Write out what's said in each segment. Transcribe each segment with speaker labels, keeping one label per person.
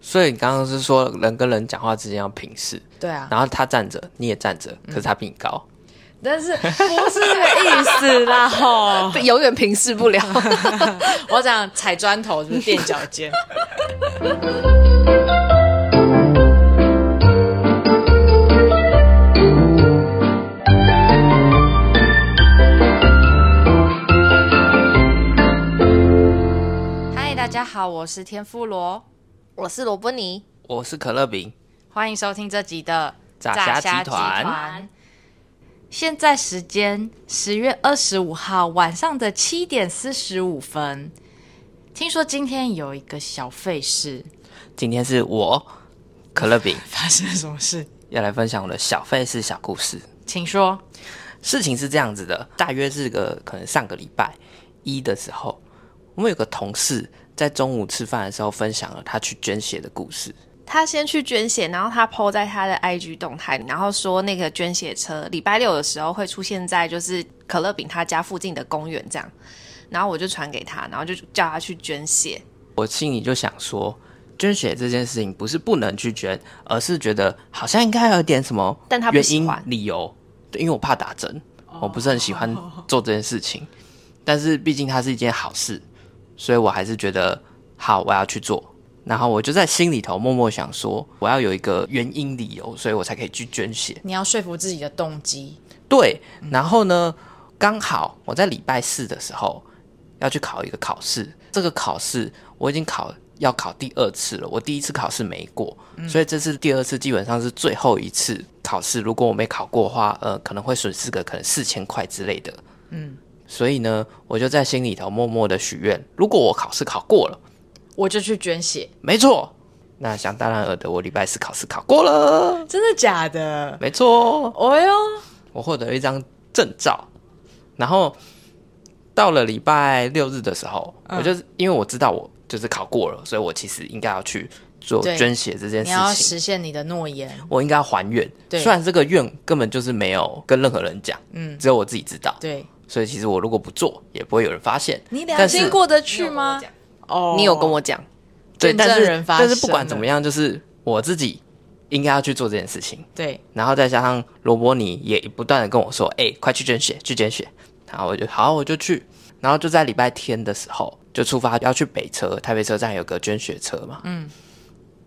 Speaker 1: 所以你刚刚是说人跟人讲话之间要平视，
Speaker 2: 对啊，
Speaker 1: 然后他站着，你也站着，可是他比你高。
Speaker 2: 但是不是这个意思 啦吼，
Speaker 3: 永远平视不了。
Speaker 2: 我讲踩砖头就是垫脚尖。嗨，大家好，我是天妇罗，
Speaker 3: 我是罗伯尼，
Speaker 1: 我是可乐饼，
Speaker 2: 欢迎收听这集的
Speaker 1: 炸虾集团。
Speaker 2: 现在时间十月二十五号晚上的七点四十五分。听说今天有一个小费事，
Speaker 1: 今天是我可乐饼
Speaker 2: 发生了什么事？
Speaker 1: 要来分享我的小费事小故事。
Speaker 2: 请说。
Speaker 1: 事情是这样子的，大约是个可能上个礼拜一的时候，我们有个同事在中午吃饭的时候分享了他去捐血的故事。
Speaker 3: 他先去捐血，然后他 PO 在他的 IG 动态，然后说那个捐血车礼拜六的时候会出现在就是可乐饼他家附近的公园这样，然后我就传给他，然后就叫他去捐血。
Speaker 1: 我心里就想说，捐血这件事情不是不能去捐，而是觉得好像应该有点什么，
Speaker 3: 但他不
Speaker 1: 原
Speaker 3: 喜
Speaker 1: 因
Speaker 3: 欢
Speaker 1: 理由，对因为我怕打针，我不是很喜欢
Speaker 3: 哦
Speaker 1: 做这件事情。但是毕竟它是一件好事，所以我还是觉得好，我要去做。然后我就在心里头默默想说，我要有一个原因理由，所以我才可以去捐血。
Speaker 2: 你要说服自己的动机。
Speaker 1: 对，然后呢，刚好我在礼拜四的时候要去考一个考试，这个考试我已经考要考第二次了，我第一次考试没过，所以这次第二次基本上是最后一次考试，如果我没考过的话，呃，可能会损失个可能四千块之类的。
Speaker 2: 嗯，
Speaker 1: 所以呢，我就在心里头默默的许愿，如果我考试考过了，
Speaker 2: 我就去捐血，
Speaker 1: 没错。那想当然尔的，我礼拜四考试考过了，
Speaker 2: 真的假的？
Speaker 1: 没错。
Speaker 2: 哦哟，
Speaker 1: 我获得了一张证照，然后到了礼拜六日的时候，
Speaker 2: 嗯
Speaker 1: 我就是因为我知道我就是考过了，所以我其实应该要去做
Speaker 2: 对
Speaker 1: 捐血这件
Speaker 2: 你要
Speaker 1: 事情，
Speaker 2: 实现你的诺言。
Speaker 1: 我应该要还愿。
Speaker 2: 对
Speaker 1: 虽然这个愿根本就是没有跟任何人讲，嗯，只有我自己知道，
Speaker 2: 对
Speaker 1: 所以其实我如果不做，也不会有人发现。
Speaker 2: 你良
Speaker 1: 但
Speaker 2: 心
Speaker 1: 是
Speaker 2: 过得去吗？哦
Speaker 3: 你有跟我讲，
Speaker 1: 对，
Speaker 2: 见
Speaker 1: 但
Speaker 2: 证
Speaker 1: 是
Speaker 2: 人发
Speaker 1: 但是不
Speaker 2: 生
Speaker 1: 管
Speaker 2: 了
Speaker 1: 怎么样，就是我自己应该要去做这件事情。
Speaker 2: 对，
Speaker 1: 然后再加上罗伯尼也不断的跟我说，哎、快去捐血，去捐血。然后我就好，我就去。然后就在礼拜天的时候就出发，要去北车，台北车站有个捐血车嘛。嗯。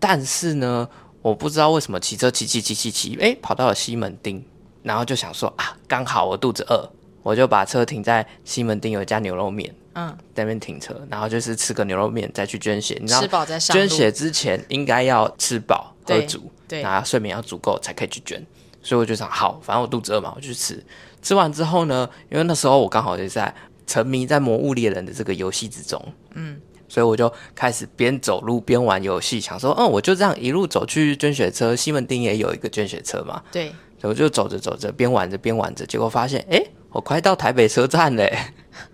Speaker 1: 但是呢，我不知道为什么骑车骑骑骑骑骑，哎、跑到了西门町，然后就想说啊，刚好我肚子饿，我就把车停在西门町有一家牛肉面。
Speaker 2: 嗯，
Speaker 1: 在那边停车，然后就是吃个牛肉面，再去捐血。你知道，
Speaker 2: 吃饱再上路
Speaker 1: 捐血之前应该要吃饱喝
Speaker 2: 对
Speaker 1: 足，
Speaker 2: 对
Speaker 1: 然后睡眠要足够才可以去捐。所以我就想，好，反正我肚子饿嘛，我就去吃。吃完之后呢，因为那时候我刚好就在沉迷在《魔物猎人》的这个游戏之中，嗯，所以我就开始边走路边玩游戏，想说，嗯，我就这样一路走去捐血车，西门町也有一个捐血车嘛，
Speaker 2: 对，
Speaker 1: 所以我就走着走着，边玩着边玩着，结果发现，哎、我快到台北车站嘞。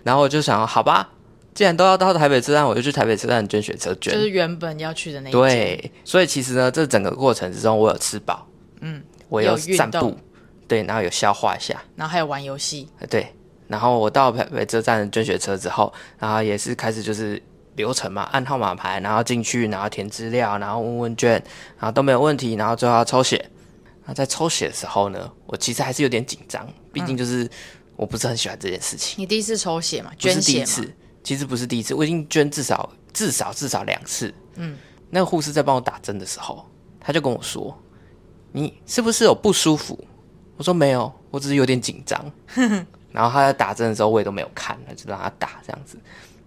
Speaker 1: 然后我就想，好吧，既然都要到台北车站，我就去台北车站捐血车捐。
Speaker 2: 就是原本要去的那一间。
Speaker 1: 对，所以其实呢，这整个过程之中，我有吃饱，嗯，我
Speaker 2: 有运
Speaker 1: 散步
Speaker 2: 动，
Speaker 1: 对，然后有消化一下，
Speaker 2: 然后还有玩游戏，
Speaker 1: 呃对。然后我到台北车站捐血车之后，然后也是开始就是流程嘛，按号码牌，然后进去，然后填资料，然后问问卷，然后都没有问题，然后最后要抽血。然后在抽血的时候呢，我其实还是有点紧张，毕
Speaker 2: 嗯
Speaker 1: 竟就是我不是很喜欢这件事情。
Speaker 2: 你第一次抽血嘛？
Speaker 1: 不是
Speaker 2: 捐
Speaker 1: 第
Speaker 2: 血
Speaker 1: 一
Speaker 2: 嘛？
Speaker 1: 次，其实不是第一次，我已经捐至少至少至少两次。嗯，那个护士在帮我打针的时候，他就跟我说：“你是不是有不舒服？”我说：“没有，我只是有点紧张。” 然后他在打针的时候，我也都没有看，就让他打这样子。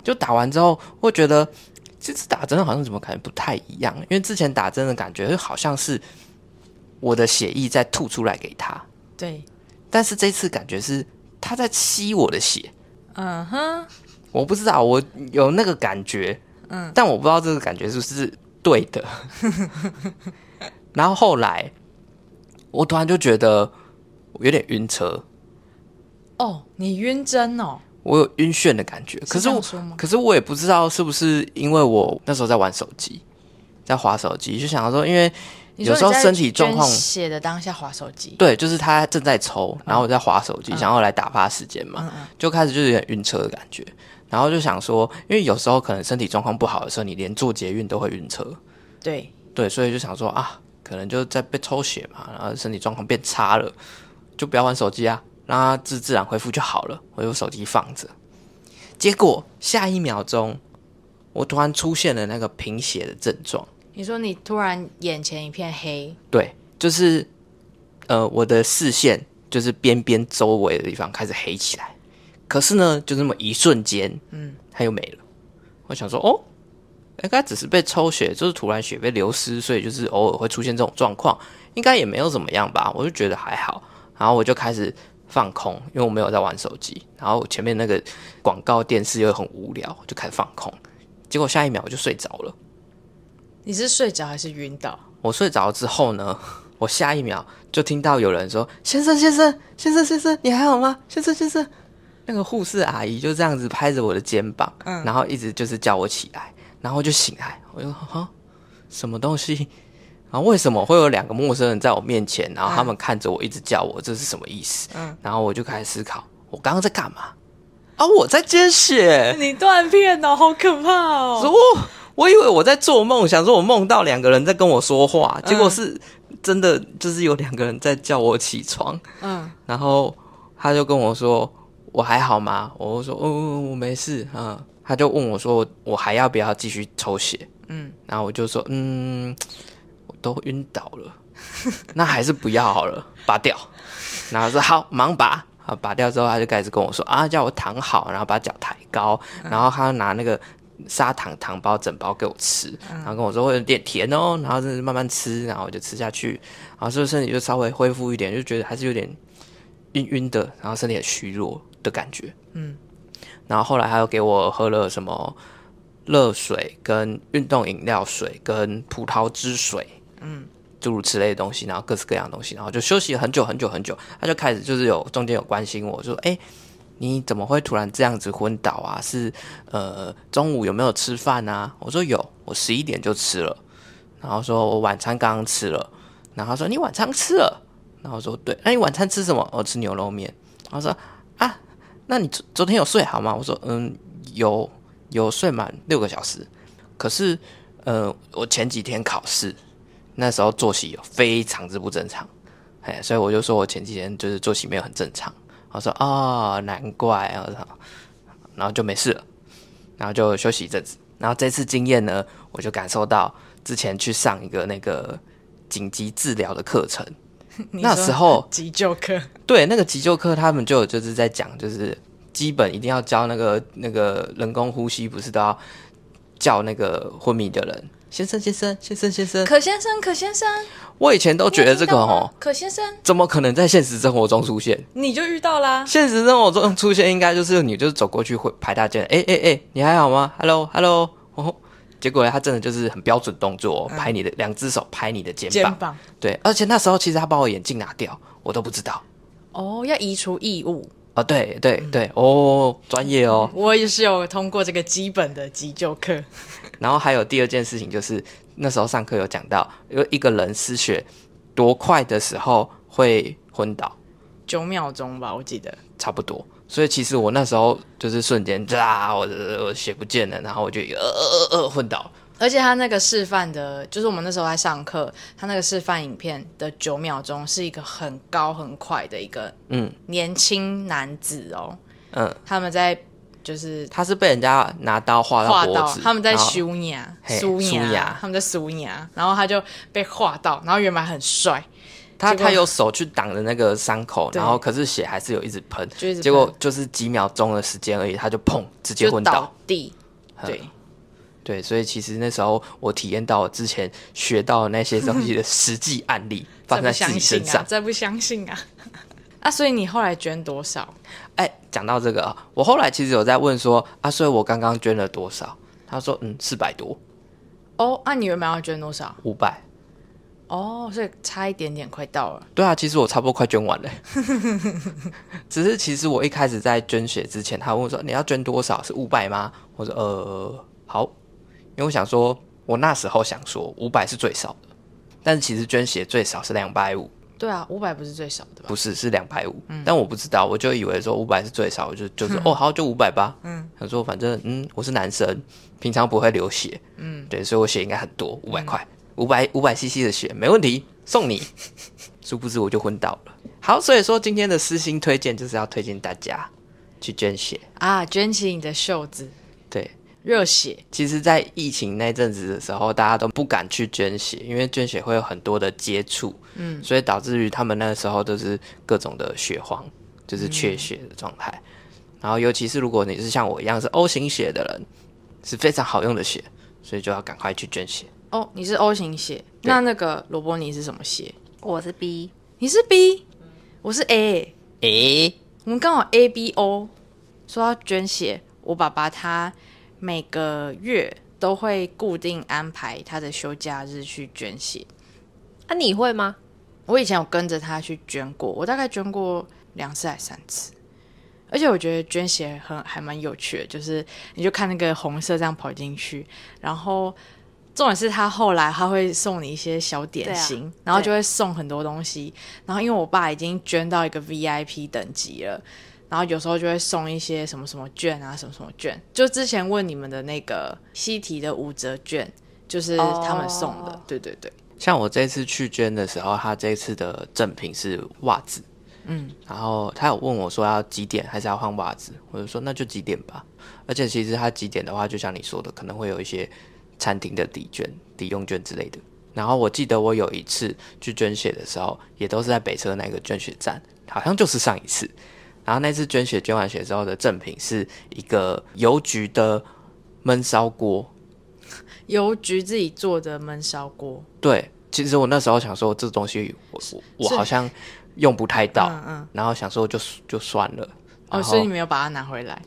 Speaker 1: 就打完之后，我觉得这次打针好像怎么感觉不太一样，因为之前打针的感觉就好像是我的血液在吐出来给他，
Speaker 2: 对，
Speaker 1: 但是这次感觉是他在吸我的血。
Speaker 2: 嗯哼，
Speaker 1: 我不知道，我有那个感觉，嗯，但我不知道这个感觉是不是对 的。然后后来，我突然就觉得我有点晕车，
Speaker 2: 哦，你晕针哦，
Speaker 1: 我有晕眩的感觉。可
Speaker 2: 这
Speaker 1: 是
Speaker 2: 样
Speaker 1: 我
Speaker 2: 说吗，
Speaker 1: 可是我也不知道是不是因为我那时候在玩手机，在划手机，就想说，因为
Speaker 2: 你说
Speaker 1: 有
Speaker 2: 你
Speaker 1: 时候
Speaker 2: 在
Speaker 1: 身体状况
Speaker 2: 捐血的当下划手机，
Speaker 1: 对，就是他正在抽，然后我在划手机，想要来打发时间嘛，嗯就开始就有点晕车的感觉，然后就想说，因为有时候可能身体状况不好的时候，你连坐捷运都会晕车，
Speaker 2: 对，
Speaker 1: 对，所以就想说啊，可能就在被抽血嘛，然后身体状况变差了，就不要玩手机啊，让它自自然恢复就好了。我就手机放着，结果下一秒钟，我突然出现了那个贫血的症状。
Speaker 2: 你说你突然眼前一片黑，
Speaker 1: 对，就是呃，我的视线就是边边周围的地方开始黑起来，可是呢，就那么一瞬间，嗯，它又没了。我想说，哦，应该只是被抽血，就是突然血被流失，所以就是偶尔会出现这种状况，应该也没有怎么样吧。我就觉得还好，然后我就开始放空，因为我没有在玩手机，然后前面那个广告电视又很无聊，我就开始放空。结果下一秒我就睡着了。
Speaker 2: 你是睡着还是晕倒？
Speaker 1: 我睡着之后呢，我下一秒就听到有人说：“先生，先生，先生，先生，你还好吗？先生，先生。”那个护士阿姨就这样子拍着我的肩膀，然后一直就是叫我起来，然后我就醒来，我就哈，什么东西？然后为什么会有两个陌生人在我面前？然后他们看着我，一直叫我，这是什么意思？然后我就开始思考，我刚刚在干嘛？啊，我在捐血。
Speaker 2: 你断片哦，好可怕哦！
Speaker 1: 说，哦我以为我在做梦，想说我梦到两个人在跟我说话，结果是真的，就是有两个人在叫我起床，
Speaker 2: 嗯，
Speaker 1: 然后他就跟我说我还好吗？我就说哦，哦我没事啊、嗯。他就问我说我我还要不要继续抽血？嗯，然后我就说嗯，我都晕倒了， 那还是不要好了，拔掉。然后说好，忙拔。啊，拔掉之后，他就开始跟我说啊，叫我躺好，然后把脚抬高，然后他拿那个砂糖糖包整包给我吃，然后跟我说会有点甜哦，然后就是慢慢吃，然后我就吃下去，然后所以身体就稍微恢复一点，就觉得还是有点晕晕的，然后身体很虚弱的感觉，嗯，然后后来他又给我喝了什么热水、跟运动饮料水、跟葡萄汁水，诸如此类的东西，然后各式各样的东西，然后就休息了很久很久很久。他就开始就是有中间有关心我，就说：“哎、你怎么会突然这样子昏倒啊？是呃中午有没有吃饭啊？”我说：“有，我十一点就吃了。”然后说我晚餐刚刚吃了，然后他说：“你晚餐吃了？”然后我说：“对。”那你晚餐吃什么？哦我吃牛肉面。然后说：“啊，那你昨昨天有睡好吗？”我说：“嗯，有有睡满六个小时。可是呃，我前几天考试，那时候作息有非常之不正常，哎，所以我就说我前几天就是作息没有很正常。我说哦，难怪，我操，然后就没事了，然后就休息一阵子。然后这次经验呢，我就感受到之前去上一个那个紧急治疗的课程，
Speaker 2: 你
Speaker 1: 那
Speaker 2: 说
Speaker 1: 时候
Speaker 2: 急救课，
Speaker 1: 对，那个急救课他们就有就是在讲，就是基本一定要教那个那个人工呼吸，不是都要叫那个昏迷的人先生先生先生先生。
Speaker 2: 可先生，可先生，
Speaker 1: 我以前都
Speaker 2: 我
Speaker 1: 觉得这个哦，，
Speaker 2: 可先生，
Speaker 1: 怎么可能在现实生活中出现？
Speaker 2: 你就遇到啦。
Speaker 1: 现实生活中出现应该就是你就是走过去会排大件，哎哎哎，你还好吗？Hello Hello，哦， 结果呢他真的就是很标准动作哦、拍你的两只手拍你的肩
Speaker 2: 嗯肩
Speaker 1: 膀，
Speaker 2: 膀
Speaker 1: 对，而且那时候其实他把我眼镜拿掉，我都不知道。
Speaker 2: 哦，要移除异物。
Speaker 1: 哦，对对
Speaker 2: 嗯
Speaker 1: 对，哦，专业哦。
Speaker 2: 我也是有通过这个基本的急救课，
Speaker 1: 然后还有第二件事情就是，那时候上课有讲到，因为一个人失血多快的时候会昏倒，
Speaker 2: 九秒钟吧，我记得。
Speaker 1: 差不多。所以其实我那时候就是瞬间，啊，我的我血不见了，然后我就呃呃呃呃昏倒。
Speaker 2: 而且他那个示范的，就是我们那时候在上课，他那个示范影片的九秒钟是一个很高很快的一个
Speaker 1: 嗯
Speaker 2: 年轻男子哦，
Speaker 1: 嗯，
Speaker 2: 他们在就是
Speaker 1: 他是被人家拿刀划
Speaker 2: 画
Speaker 1: 到脖
Speaker 2: 到
Speaker 1: 子，
Speaker 2: 他们在
Speaker 1: 然后
Speaker 2: 苏牙
Speaker 1: 嘿
Speaker 2: 苏
Speaker 1: 苏
Speaker 2: 牙
Speaker 1: 牙，
Speaker 2: 他们在苏牙，然后他就被画到，然后原本很帅，
Speaker 1: 他
Speaker 2: 结果
Speaker 1: 他有手去挡着那个伤口，
Speaker 2: 对
Speaker 1: 然后可是血还是有一直喷，
Speaker 2: 就一直
Speaker 1: 结果就是几秒钟的时间而已，他就砰直接
Speaker 2: 就
Speaker 1: 昏倒
Speaker 2: 倒。 地，对，
Speaker 1: 对，所以其实那时候我体验到我之前学到的那些东西的实际案 例，发生在
Speaker 2: 这不
Speaker 1: 自
Speaker 2: 相
Speaker 1: 己身
Speaker 2: 信
Speaker 1: 上
Speaker 2: 啊，。这不相信啊， 啊，所以你后来捐多少？
Speaker 1: 哎、讲到这个啊，我后来其实有在问说啊，所以我刚刚捐了多少？他说嗯，四百多，
Speaker 2: 哦，啊，你原本要捐多少？
Speaker 1: 五百。
Speaker 2: 哦，所以差一点点快到了，
Speaker 1: 对啊，其实我差不多快捐完了， 只是其实我一开始在捐血之前，他问我说你要捐多少？是五百吗？我说呃好，因为我想说，我那时候想说五百是最少的，但是其实捐血最少是两百五，
Speaker 2: 对啊，五百不是最少的吧？
Speaker 1: 不是，是两百五。但我不知道，我就以为说五百是最少，我就就是、哦，好，就五百吧。嗯，他说反正嗯，我是男生，平常不会流血，嗯，对，所以我血应该很多，五百块。五百五百 CC 的血，没问题，送 你。殊不知我就昏倒了。好，所以说今天的私心推荐就是要推荐大家去捐血。
Speaker 2: 啊，卷起你的袖子，
Speaker 1: 对，
Speaker 2: 热血
Speaker 1: 其实，在疫情那阵子的时候，大家都不敢去捐血，因为捐血会有很多的接触，嗯，所以导致于他们那时候都是各种的血荒，就是缺血的状态。然后，尤其是如果你是像我一样是 O 型血的人，是非常好用的血，所以就要赶快去捐血。
Speaker 2: 哦，你是 O 型血，那那个罗伯尼是什么血？
Speaker 3: 我是 B，
Speaker 2: 你是 B，我是 A，
Speaker 1: 诶、
Speaker 2: 我们刚好 A B O。说要捐血，我爸爸他每个月都会固定安排他的休假日去捐血。
Speaker 3: 啊，你会吗？
Speaker 2: 我以前有跟着他去捐过，我大概捐过两次还是三次。而且我觉得捐血很还蛮有趣的，就是你就看那个红色这样跑进去，然后重点是他后来他会送你一些小点心，
Speaker 3: 对啊
Speaker 2: 然后就会送很多东西。然后因为我爸已经捐到一个 VIP 等级了，然后有时候就会送一些什么什么券啊，什么什么券，就之前问你们的那个西提的五折券，就是他们送的，
Speaker 3: 哦
Speaker 2: 对对对。
Speaker 1: 像我这次去捐的时候，他这次的赠品是袜子，嗯，然后他有问我说要几点，还是要换袜子，我就说那就几点吧。而且其实他几点的话，就像你说的，可能会有一些餐厅的抵券、抵用券之类的。然后我记得我有一次去捐血的时候，也都是在北车那个捐血站，好像就是上一次。然后那次捐血捐完血之后的赠品是一个邮局的焖烧锅，
Speaker 2: 邮局自己做的焖烧锅，
Speaker 1: 对，其实我那时候想说，这东西我我我
Speaker 2: 是
Speaker 1: 好像用不太到，
Speaker 2: 嗯嗯，
Speaker 1: 然后想说就就算了。然
Speaker 2: 哦，所以
Speaker 1: 后
Speaker 2: 你没有把它拿回来，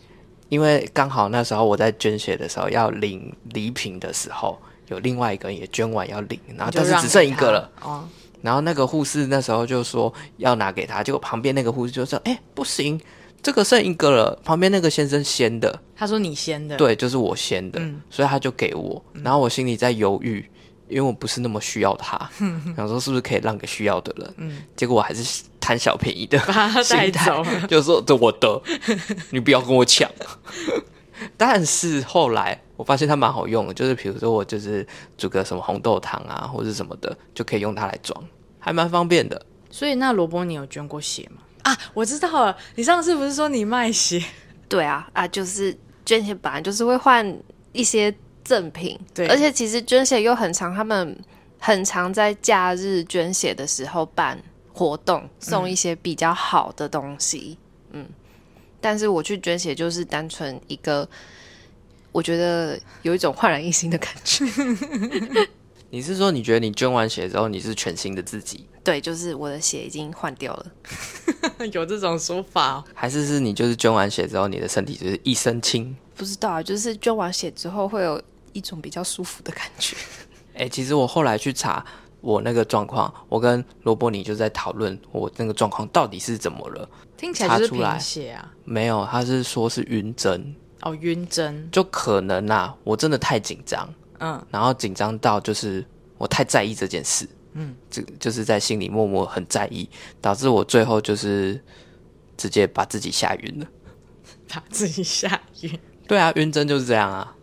Speaker 1: 因为刚好那时候我在捐血的时候要领礼品的时候，有另外一个人也捐完要领，然后
Speaker 2: 你
Speaker 1: 啊
Speaker 2: 就
Speaker 1: 但是
Speaker 2: 让
Speaker 1: 只剩
Speaker 2: 给
Speaker 1: 一
Speaker 2: 他
Speaker 1: 个了。。
Speaker 2: 哦，
Speaker 1: 然后那个护士那时候就说要拿给他，结果旁边那个护士就说：“哎、不行，这个剩一个了。”旁边那个先生先的，
Speaker 2: 他说你先的，，
Speaker 1: 对，就是我先的，
Speaker 2: 嗯
Speaker 1: 所以他就给我，然后我心里在犹豫，因为我不是那么需要 他，想说是不是可以让给需要的人，结果我还是贪小便宜的
Speaker 2: 嗯把他带
Speaker 1: 心态
Speaker 2: 走
Speaker 1: 就说这我的，你不要跟我抢。 但是后来我发现它蛮好用的，就是比如说我就是煮个什么红豆汤啊，或者什么的，就可以用它来装，还蛮方便的。
Speaker 2: 所以那罗伯你有捐过血吗？啊，我知道了，你上次不是说你卖血？
Speaker 3: 对啊，啊，就是捐血本来就是会换一些赠品，
Speaker 2: 对
Speaker 3: 而且其实捐血又很常，他们很常在假日捐血的时候办活动，送一些比较好的东西，嗯但是我去捐血就是单纯一个，我觉得有一种焕然一新的感觉，
Speaker 1: 你是说你觉得你捐完血之后你是全新的自己，
Speaker 3: 对，就是我的血已经换掉了，
Speaker 2: 有这种说法、哦？
Speaker 1: 还是是你就是捐完血之后你的身体就是一身轻？
Speaker 3: 不知道啊，就是捐完血之后会有一种比较舒服的感觉，
Speaker 1: 哎、其实我后来去查我那个状况，我跟罗伯尼就在讨论我那个状况到底是怎么了。
Speaker 2: 听起来就是
Speaker 1: 查出来
Speaker 2: 贫血啊，
Speaker 1: 没有，他是说是晕针，
Speaker 2: 哦，晕针，
Speaker 1: 就可能啦、我真的太紧张，
Speaker 2: 嗯，
Speaker 1: 然后紧张到就是我太在意这件事，嗯，就就是在心里默默很在意，导致我最后就是直接把自己吓晕了。
Speaker 2: 把自己吓晕。
Speaker 1: 对啊，晕针就是这样啊。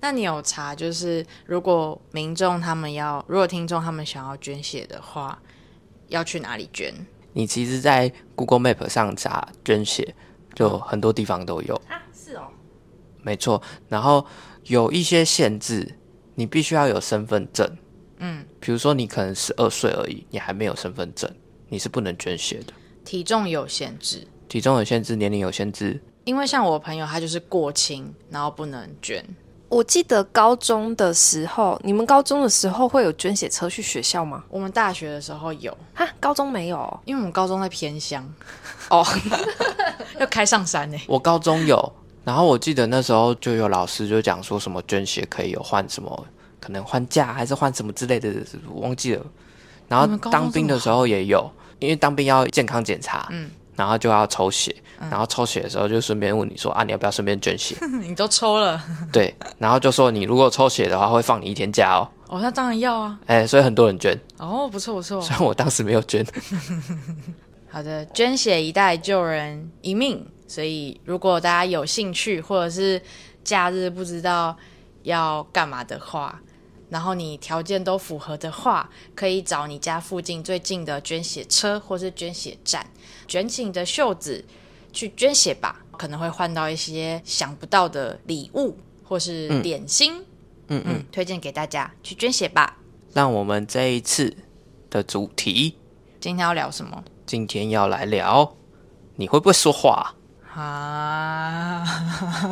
Speaker 2: 那你有查，就是如果民众他们要，如果听众他们想要捐血的话，要去哪里捐？
Speaker 1: 你其实，在 Google Map 上查捐血，就很多地方都有。
Speaker 2: 啊，是哦，
Speaker 1: 没错。然后有一些限制，你必须要有身份证。嗯，比如说你可能十二岁而已，你还没有身份证，你是不能捐血的。
Speaker 2: 体重有限制，
Speaker 1: 体重有限制，年龄有限制。
Speaker 2: 因为像我朋友他就是过轻，然后不能捐，
Speaker 3: 我记得高中的时候，你们高中的时候会有捐血车去学校吗？
Speaker 2: 我们大学的时候有，
Speaker 3: 哈，高中没有哦。
Speaker 2: 因为我们高中在偏乡，
Speaker 3: 哦，
Speaker 2: 要开上山欸呢、
Speaker 1: 我高中有，然后我记得那时候就有老师就讲说什么捐血可以有换什么，可能换假还是换什么之类的，我忘记了。然
Speaker 2: 你
Speaker 1: 后
Speaker 2: 们高中
Speaker 1: 当兵的时候也有，因为当兵要健康检查，嗯，然后就要抽血，然后抽血的时候就顺便问你说啊，你要不要顺便捐血？
Speaker 2: 你都抽了，
Speaker 1: 对，然后就说你如果抽血的话，会放你一天假哦。
Speaker 2: 哦，那当然要啊，
Speaker 1: 哎、所以很多人捐，
Speaker 2: 哦，不错不错，
Speaker 1: 虽然我当时没有捐。
Speaker 2: 好的，捐血一袋救人一命，所以如果大家有兴趣或者是假日不知道要干嘛的话，然后你条件都符合的话，可以找你家附近最近的捐血车或是捐血站，卷起你的袖子去捐血吧，可能会换到一些想不到的礼物或是点心。
Speaker 1: 嗯嗯，
Speaker 2: 嗯，推荐给大家去捐血吧。
Speaker 1: 让我们这一次的主题
Speaker 2: 今天要聊什么
Speaker 1: 今天要来聊，你会不会说话啊？
Speaker 2: 啊？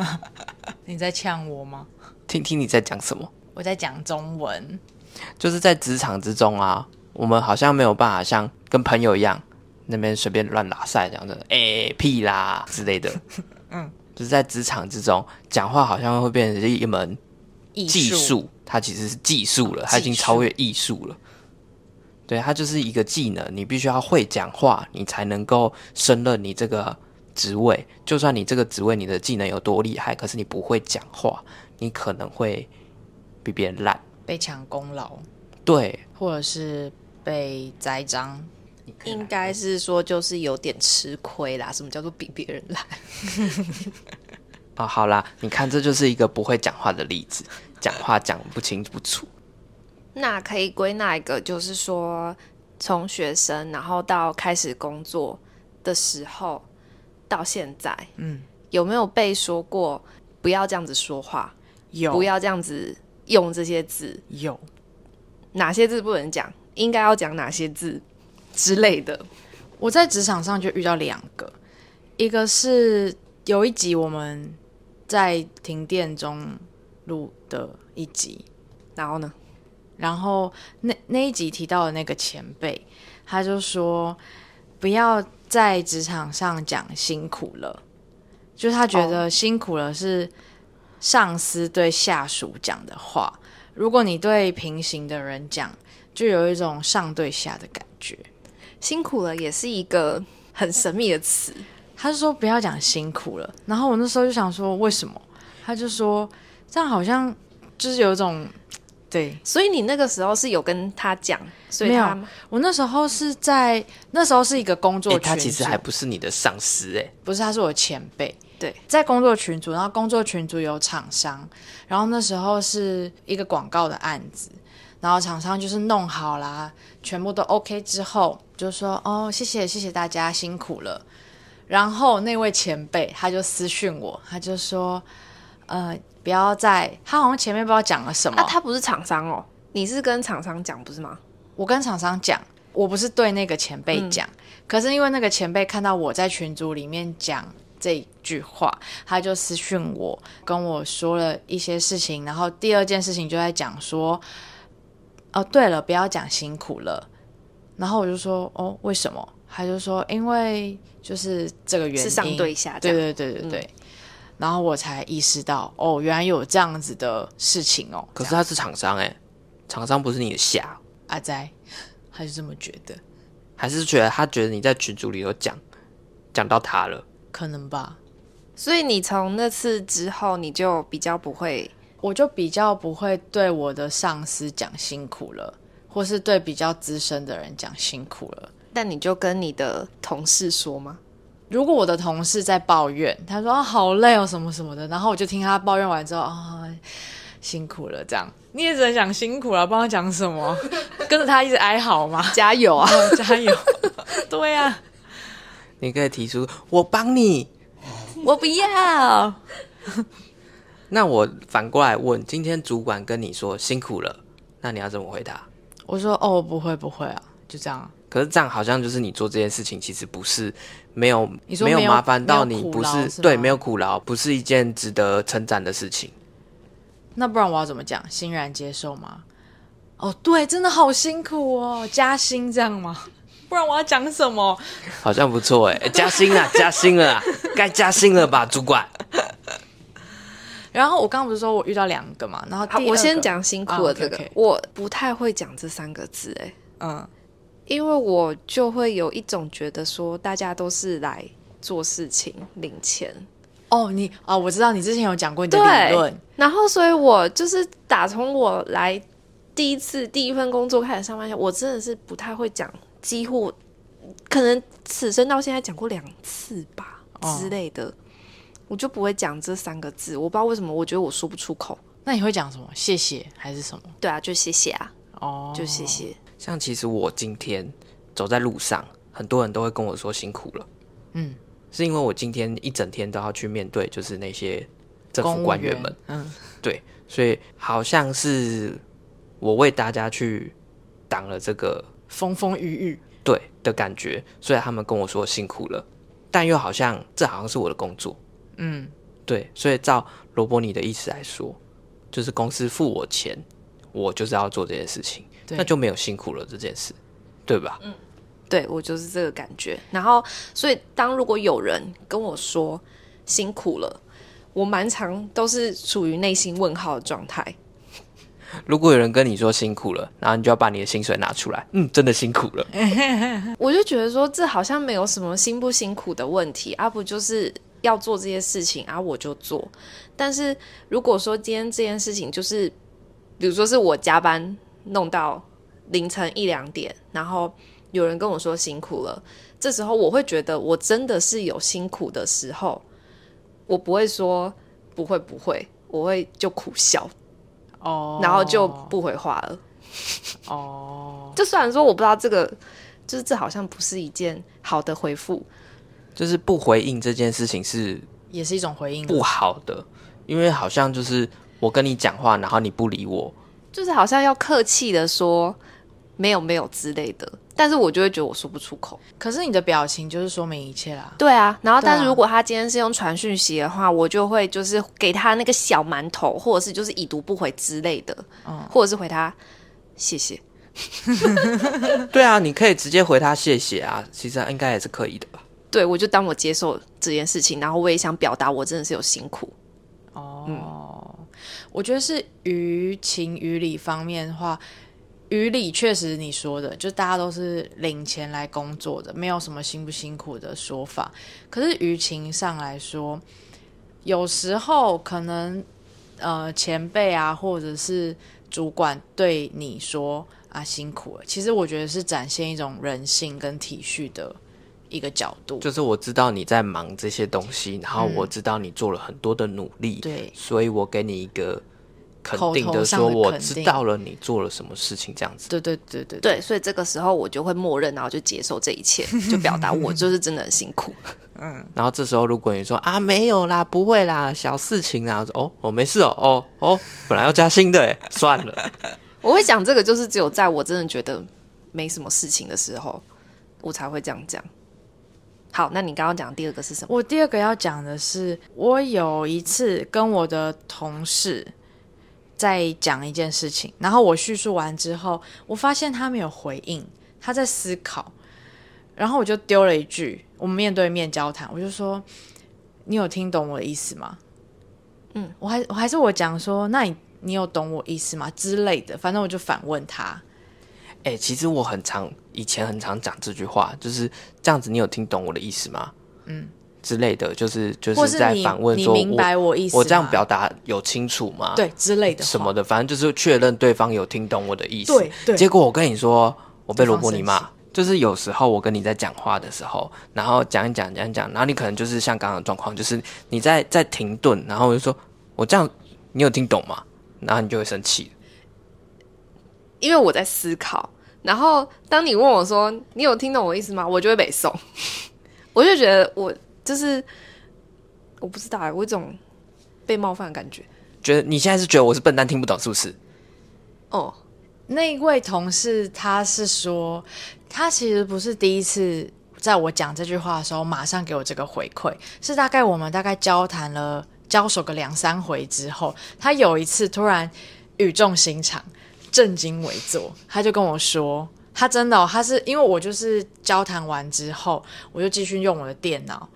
Speaker 2: 你在呛我吗？
Speaker 1: 听听你在讲什么。
Speaker 2: 我在讲中文。
Speaker 1: 就是在职场之中啊，我们好像没有办法像跟朋友一样那边随便乱拉塞，这样子，哎、屁啦之类的。 嗯，就是在职场之中，讲话好像会变成是一门
Speaker 2: 艺
Speaker 1: 技术，它其实是技术了，它已经超越艺术了。对，它就是一个技能，你必须要会讲话，你才能够胜任你这个职位。就算你这个职位你的技能有多厉害，可是你不会讲话，你可能会比别人烂。
Speaker 2: 被抢功劳，
Speaker 1: 对，
Speaker 2: 或者是被栽赃。
Speaker 3: 应该是说就是有点吃亏啦。什么叫做比别人烂？
Speaker 1: 啊，好啦，你看这就是一个不会讲话的例子，讲话讲不清不楚。
Speaker 3: 那可以归纳一个，就是说从学生然后到开始工作的时候到现在，
Speaker 2: 嗯，
Speaker 3: 有没有被说过不要这样子说话，
Speaker 2: 有
Speaker 3: 不要这样子用这些字，
Speaker 2: 有，
Speaker 3: 哪些字不能讲，应该要讲哪些字之类的？
Speaker 2: 我在职场上就遇到两个，一个是有一集我们在停电中录的一集，
Speaker 3: 然后呢？
Speaker 2: 然后那那一集提到的那个前辈，他就说不要在职场上讲辛苦了，就是他觉得辛苦了是上司对下属讲的话，如果你对平行的人讲，就有一种上对下的感觉。
Speaker 3: 辛苦了也是一个很神秘的词，
Speaker 2: 他就说不要讲辛苦了，然后我那时候就想说为什么？他就说这样好像就是有一种对
Speaker 3: 所以你那个时候是有跟他讲，所以
Speaker 2: 没有
Speaker 3: 他
Speaker 2: 我那时候是在那时候是一个工作
Speaker 1: 诶
Speaker 2: 群组、
Speaker 1: 他其实还不是你的上司诶，
Speaker 2: 不是，他是我前辈。
Speaker 3: 对，
Speaker 2: 在工作群组，然后工作群组有厂商，然后那时候是一个广告的案子，然后厂商就是弄好啦，全部都 OK 之后，就说哦，谢谢谢谢大家辛苦了。然后那位前辈他就私讯我，他就说，呃，不要再，他好像前面不知道讲了什么，
Speaker 3: 啊，他不是厂商哦，你是跟厂商讲不是吗？
Speaker 2: 我跟厂商讲，我不是对那个前辈讲，
Speaker 3: 嗯
Speaker 2: 可是因为那个前辈看到我在群组里面讲这一句话，他就私讯我，跟我说了一些事情，然后第二件事情就在讲说，哦，对了，不要讲辛苦了，然后我就说，哦，为什么？他就说，因为就是这个原因，
Speaker 3: 是上对下
Speaker 2: 对
Speaker 3: 这样。嗯
Speaker 2: 对对对对。然后我才意识到，哦，原来有这样子的事情哦。
Speaker 1: 可是
Speaker 2: 这样
Speaker 1: 他是厂商诶，厂商不是你的下，
Speaker 2: 阿斋，他就这么觉得，
Speaker 1: 还是觉得他觉得你在群组里有讲讲到他了，
Speaker 2: 可能吧。
Speaker 3: 所以你从那次之后，你就比较不会
Speaker 2: 我就比较不会对我的上司讲辛苦了，或是对比较资深的人讲辛苦了。
Speaker 3: 但你就跟你的同事说吗？
Speaker 2: 如果我的同事在抱怨，他说、啊、好累哦什么什么的，然后我就听他抱怨完之后啊、辛苦了这样，你也只能讲辛苦了，帮他讲什么？跟着他一直哀嚎吗？
Speaker 3: 加油啊！
Speaker 2: 哦加油！ 对啊，
Speaker 1: 你可以提出我帮你。
Speaker 3: 我不要。
Speaker 1: 那我反过来问，今天主管跟你说辛苦了，那你要怎么回答？
Speaker 2: 我说哦，不会不会啊，就这样啊。
Speaker 1: 可是这样好像就是你做这件事情，其实不是没有
Speaker 2: 你说
Speaker 1: 没
Speaker 2: 没有
Speaker 1: 麻烦到
Speaker 2: 没有
Speaker 1: 你，
Speaker 2: 苦
Speaker 1: 不
Speaker 2: 劳
Speaker 1: 是
Speaker 2: 是
Speaker 1: 对
Speaker 2: 吗
Speaker 1: 没有苦劳，不是一件值得称赞的事情。
Speaker 2: 那不然我要怎么讲？欣然接受吗？哦，对，真的好辛苦哦，加薪这样吗？ 不然我要讲什么？
Speaker 1: 好像不错 哎、欸加薪啦，加薪了啦，该加薪了吧，主管？
Speaker 2: 然后我刚刚不是说我遇到两个嘛，然后第
Speaker 3: 好，
Speaker 2: 二个
Speaker 3: 我先，讲辛苦
Speaker 2: 啊
Speaker 3: 了
Speaker 2: ，OK，
Speaker 3: 这个，
Speaker 2: OK
Speaker 3: 我不太会讲这三个字、欸，哎，
Speaker 2: 嗯，
Speaker 3: 因为我就会有一种觉得说，大家都是来做事情领钱，
Speaker 2: 哦，你哦，我知道你之前有讲过你的理论，
Speaker 3: 然后，所以我就是打从我来第一次第一份工作开始上班前，我真的是不太会讲，几乎可能此生到现在讲过两次吧
Speaker 2: 哦
Speaker 3: 之类的，我就不会讲这三个字。我不知道为什么，我觉得我说不出口。
Speaker 2: 那你会讲什么？谢谢还是什么？
Speaker 3: 对啊，就谢谢啊，
Speaker 2: 哦，
Speaker 3: 就谢谢。
Speaker 1: 像其实我今天走在路上，很多人都会跟我说辛苦了。
Speaker 2: 嗯，
Speaker 1: 是因为我今天一整天都要去面对，就是那些政
Speaker 2: 公
Speaker 1: 府
Speaker 2: 务
Speaker 1: 官员们，，
Speaker 2: 嗯，
Speaker 1: 对，所以好像是我为大家去挡了这个
Speaker 2: 风风雨雨，
Speaker 1: 对的感觉，所以他们跟我说辛苦了，但又好像这好像是我的工作，
Speaker 2: 嗯，
Speaker 1: 对，所以照罗伯尼的意思来说，就是公司付我钱，我就是要做这件事情，
Speaker 2: 对嗯
Speaker 1: 那就没有辛苦了这件事，对吧？
Speaker 3: 对我就是这个感觉。然后，所以当如果有人跟我说辛苦了，我蛮常都是处于内心问号的状态。
Speaker 1: 如果有人跟你说辛苦了，然后你就要把你的薪水拿出来，嗯，真的辛苦了，
Speaker 2: 哎
Speaker 3: 我就觉得说，这好像没有什么辛不辛苦的问题，啊，不就是要做这些事情啊，我就做。但是如果说今天这件事情就是，比如说是我加班弄到凌晨一两点，然后有人跟我说辛苦了，这时候我会觉得我真的是有辛苦的时候，我不会说不会不会，我会就苦笑，
Speaker 2: 哦，
Speaker 3: 然后就不回话了。
Speaker 2: 哦，
Speaker 3: 就虽然说我不知道这个，就是这好像不是一件好的回复。
Speaker 1: 就是不回应这件事情是
Speaker 2: 也是一种回应啊，
Speaker 1: 不好的，因为好像就是我跟你讲话，然后你不理我，
Speaker 3: 就是好像要客气的说没有没有之类的，但是我就会觉得我说不出口。
Speaker 2: 可是你的表情就是说明一切啦。
Speaker 3: 对啊，然后但
Speaker 2: 对
Speaker 3: 是
Speaker 2: 啊
Speaker 3: 如果他今天是用传讯息的话，我就会就是给他那个小馒头，或者是就是已读不回之类的，或者是回他谢谢。
Speaker 1: 对啊，你可以直接回他谢谢啊，其实应该也是可以的吧？
Speaker 3: 对，我就当我接受这件事情，然后我也想表达我真的是有辛苦。
Speaker 2: 哦，我觉得是于情于理方面的话，于理确实你说的，就大家都是领钱来工作的，没有什么辛不辛苦的说法。可是于情上来说，有时候可能呃前辈啊，或者是主管对你说啊辛苦了，其实我觉得是展现一种人性跟体恤的一个角度。
Speaker 1: 就是我知道你在忙这些东西，然后我知道你做了很多的努力，
Speaker 2: 嗯对
Speaker 1: 所以我给你一个肯定
Speaker 2: 口头
Speaker 1: 的
Speaker 2: 上的
Speaker 1: 说，我
Speaker 2: 肯定
Speaker 1: 知道了你做了什么事情，这样子。
Speaker 2: 对对对对对
Speaker 3: 对，所以这个时候我就会默认，然后就接受这一切，就表达我就是真的很辛苦。
Speaker 1: 然后这时候如果你说啊没有啦，不会啦，小事情啦，我说哦我没事哦哦哦，本来要加薪的欸，算 了，
Speaker 3: 我会讲这个，就是只有在我真的觉得没什么事情的时候，我才会这样讲。好，那你刚刚讲的第二个是什么？
Speaker 2: 我第二个要讲的是，我有一次跟我的同事在讲一件事情，然后我叙述完之后，我发现他没有回应，他在思考，然后我就丢了一句，我们面对面交谈，我就说：“你有听懂我的意思吗？”嗯，我还我还是我讲说，那你你有懂我意思吗之类的，反正我就反问他，
Speaker 1: 哎、其实我很常以前很常讲这句话，就是这样子，你有听懂我的意思吗？嗯，之类的，就是就
Speaker 2: 或
Speaker 1: 是
Speaker 2: 是
Speaker 1: 在
Speaker 2: 你
Speaker 1: 反问
Speaker 2: 你
Speaker 1: 说，
Speaker 2: 明白
Speaker 1: 我
Speaker 2: 我意思
Speaker 1: 这样
Speaker 2: 吗
Speaker 1: 表达有清楚吗？
Speaker 2: 对之类的话
Speaker 1: 什么的，反正就是确认对方有听懂我的意思。
Speaker 2: 对对
Speaker 1: 结果我跟你说，我被
Speaker 2: 对
Speaker 1: 罗
Speaker 2: 方
Speaker 1: 伯尼
Speaker 2: 生气
Speaker 1: 骂。就是有时候我跟你在讲话的时候，然后讲一讲讲一讲，然后你可能就是像刚刚的状况，就是你在在停顿，然后我就说我这样你有听懂吗？然后你就会生气。
Speaker 3: 因为我在思考，然后当你问我说“你有听懂我意思吗”，我就会北宋， 我就觉得我就是我不知道欸，我有一种被冒犯的感觉。
Speaker 1: 觉得你现在是觉得我是笨蛋听不懂是不是？
Speaker 3: 哦，
Speaker 2: 那一位同事他是说，他其实不是第一次在我讲这句话的时候，马上给我这个回馈，是大概我们大概交谈了交手个两三回之后，他有一次突然语重心长、正襟危坐，他就跟我说。他真的哦、他是因为我就是交谈完之后，我就继续用我的电脑，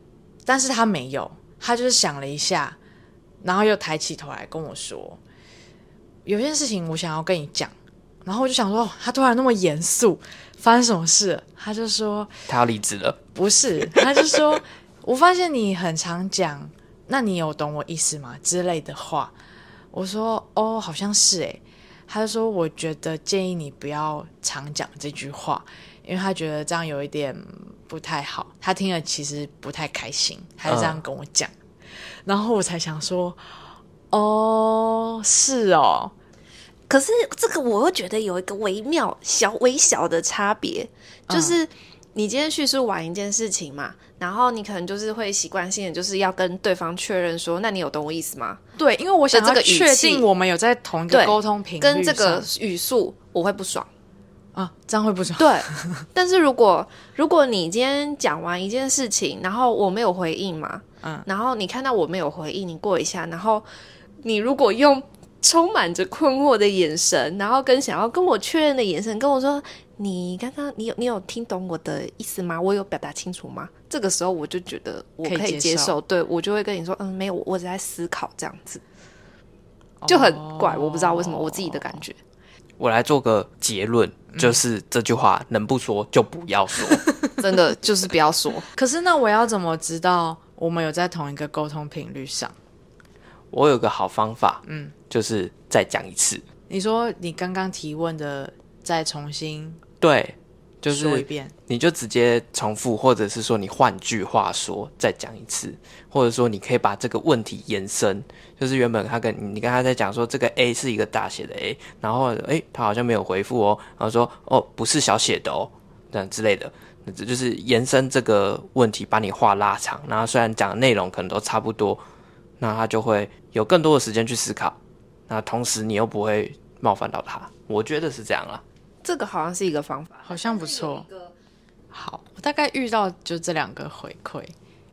Speaker 2: 但是他没有，他就是想了一下，然后又抬起头来跟我说，有件事情我想要跟你讲，然后我就想说，哦他突然那么严肃，发生什么事了？他就说
Speaker 1: 他要离职了。
Speaker 2: 不是，他就说，我发现你很常讲，那你有懂我意思吗之类的话。我说哦，好像是诶。他就说，我觉得建议你不要常讲这句话，因为他觉得这样有一点不太好，他听了其实不太开心，他就这样跟我讲。然后我才想说，哦，是哦，
Speaker 3: 可是这个我又觉得有一个微妙、小微小的差别，
Speaker 2: 嗯
Speaker 3: 就是你今天叙述完一件事情嘛，然后你可能就是会习惯性的就是要跟对方确认说，那你有懂我意思吗？
Speaker 2: 对，因为我想
Speaker 3: 这
Speaker 2: 要
Speaker 3: 个语
Speaker 2: 确
Speaker 3: 气
Speaker 2: 定我们有在同一个
Speaker 3: 对
Speaker 2: 沟通频率
Speaker 3: 跟这个
Speaker 2: 上
Speaker 3: 语速我会不爽。
Speaker 2: 啊，这样会不爽。
Speaker 3: 对，但是如果如果你今天讲完一件事情，然后我没有回应嘛，
Speaker 2: 嗯
Speaker 3: 然后你看到我没有回应，你过一下，然后你如果用充满着困惑的眼神，然后跟想要跟我确认的眼神跟我说，你刚刚你有你有听懂我的意思吗？我有表达清楚吗？这个时候我就觉得我
Speaker 2: 可以
Speaker 3: 可以
Speaker 2: 接
Speaker 3: 接
Speaker 2: 受
Speaker 3: 受，对我就会跟你说，嗯，没有，我我只在思考这样子，
Speaker 2: 哦
Speaker 3: 就很怪，我不知道为什么我自己的感 觉。
Speaker 1: 我来做个结论，
Speaker 2: 嗯
Speaker 1: 就是这句话能不说就不要 说。
Speaker 3: 真的就是不要说，
Speaker 2: 可是那我要怎么知道我们有在同一个沟通频率上？
Speaker 1: 我有个好方法，嗯，就是再讲一次。
Speaker 2: 你说你刚刚提问的，再重新
Speaker 1: 对，就
Speaker 2: 说一
Speaker 1: 是
Speaker 2: 遍，
Speaker 1: 你就直接重复，或者是说你换句话说再讲一次，或者说你可以把这个问题延伸，就是原本他跟你跟他在讲说这个 A 是一个大写的 A，然后诶他好像没有回复哦，然后说哦不是小写的哦，这样之类的。这就是延伸这个问题，把你话拉长，然后虽然讲的内容可能都差不多，那他就会有更多的时间去思考，那同时你又不会冒犯到他，我觉得是这样啦。
Speaker 3: 这个好像是一个方法。
Speaker 2: 好像不错。好，我大概遇到就这两个回馈，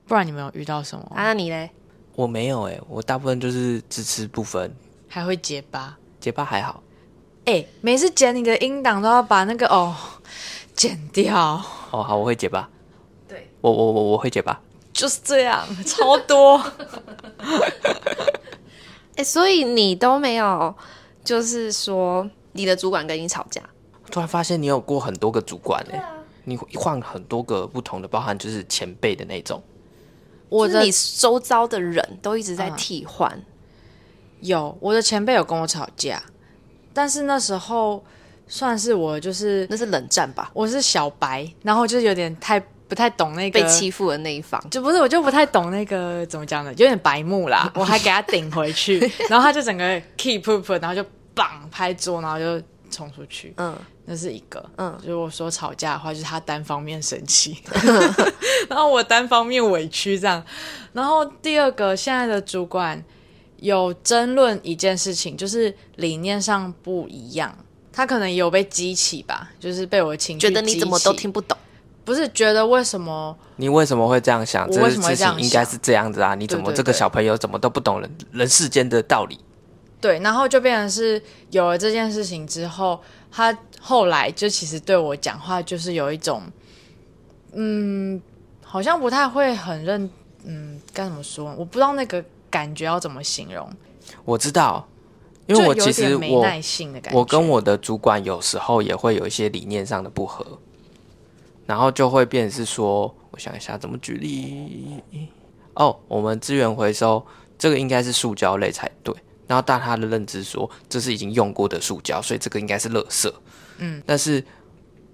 Speaker 2: 不然你们有遇到什么？
Speaker 3: 啊，那你嘞？
Speaker 1: 我没有诶、我大部分就是支持不分，
Speaker 2: 还会结巴？
Speaker 1: 结巴还好。
Speaker 2: 哎、每次剪你的音档都要把那个哦剪掉，
Speaker 1: 哦，好，我会结巴。
Speaker 3: 对，
Speaker 1: 我我我我会结巴。
Speaker 2: 就是这样，超多。
Speaker 3: 哎、所以你都没有，就是说你的主管跟你吵架，
Speaker 1: 突然发现你有过很多个主管诶、
Speaker 2: 啊
Speaker 1: 你会换很多个不同的，包含就是前辈的那种。
Speaker 2: 我
Speaker 3: 就是
Speaker 2: 的
Speaker 3: 你周遭的人都一直在
Speaker 2: 嗯
Speaker 3: 替换，
Speaker 2: 有我的前辈有跟我吵架，但是那时候算是我就是
Speaker 3: 那是冷战吧？
Speaker 2: 我是小白，然后就是有点太不太懂那个
Speaker 3: 被欺负的那一方，
Speaker 2: 就不是，我就不太懂那个怎么讲呢，有点白目 啦。我还给他顶回去，然后他就整个 keep poop，然后就绑拍桌，然后就冲出去。
Speaker 3: 嗯，
Speaker 2: 那是一个，
Speaker 3: 嗯
Speaker 2: 嗯，如果说吵架的话，就是他单方面生 气， 然后我单方面委屈这样。然后第二个，现在的主管有争论一件事情，就是理念上不一样，他可能也有被激起吧，就是被我的情绪
Speaker 3: 觉得你
Speaker 2: 激
Speaker 3: 怎么都
Speaker 2: 起，
Speaker 3: 听不懂，
Speaker 2: 不是觉得为什么
Speaker 1: 你为什么会这样想？
Speaker 2: 我
Speaker 1: 这件
Speaker 2: 为什么
Speaker 1: 事
Speaker 2: 会这样
Speaker 1: 情应该
Speaker 2: 想
Speaker 1: 是这样子啊！你怎
Speaker 2: 对
Speaker 1: 么
Speaker 2: 对
Speaker 1: 这个
Speaker 2: 对
Speaker 1: 小朋友怎么都不懂人人世间的道理？
Speaker 2: 对，然后就变成是有了这件事情之后，他后来就其实对我讲话就是有一种，嗯，好像不太会很认，嗯，该怎么说？我不知道那个感觉要怎么形容，
Speaker 1: 我知道，因为我
Speaker 2: 就有
Speaker 1: 其
Speaker 2: 点
Speaker 1: 实
Speaker 2: 没
Speaker 1: 我
Speaker 2: 耐性的感觉。
Speaker 1: 我跟我的主管有时候也会有一些理念上的不合，然后就会变成是说，我想一下怎么举例。哦，我们资源回收这个应该是塑胶类才对，然后但他的认知说这是已经用过的塑胶，所以这个应该是垃圾。嗯，但是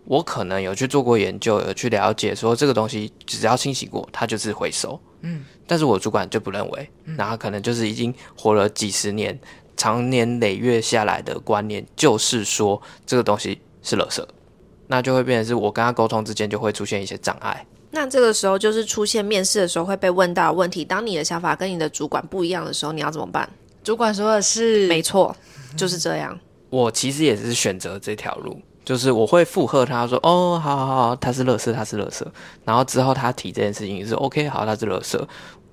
Speaker 1: 我可能有去做过研究，有去了解说这个东西只要清洗过，它就是回收。嗯，但是我主管就不认为，然后可能就是已经活了几十年，长年累月下来的观念就是说这个东西是垃圾，那就会变成是我跟他沟通之间就会出现一些障碍。
Speaker 3: 那这个时候就是出现面试的时候会被问到的问题，当你的想法跟你的主管不一样的时候，你要怎么办？
Speaker 2: 主管说的是
Speaker 3: 没错，就是这样。
Speaker 1: 我其实也是选择这条路，就是我会附和他说：“哦，好好好，他是垃圾，他是垃圾。”然后之后他提这件事情是 OK，好，他是垃圾。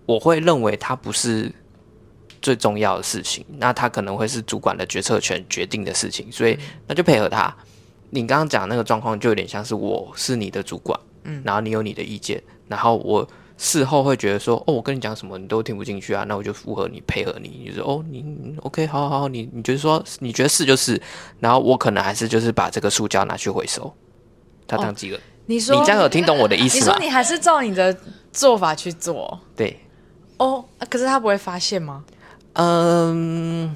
Speaker 1: 我会认为他不是最重要的事情，那他可能会是主管的决策权决定的事情，所以那就配合他。你刚刚讲那个状况就有点像是我是你的主管，嗯，然后你有你的意见，然后我事后会觉得说，哦，我跟你讲什么你都听不进去啊，那我就附和你，配合你，你就说，哦，你你 OK，好好好，你你觉得说你觉得是就是，然后我可能还是就是把这个塑胶拿去回收，它当机了。
Speaker 2: 你说
Speaker 1: 你这样有听懂我的意
Speaker 2: 你
Speaker 1: 思
Speaker 2: 说
Speaker 1: 吗？
Speaker 2: 你还是照你的做法去做
Speaker 1: 对，
Speaker 2: 哦、啊可是他不会发现吗？
Speaker 1: 嗯，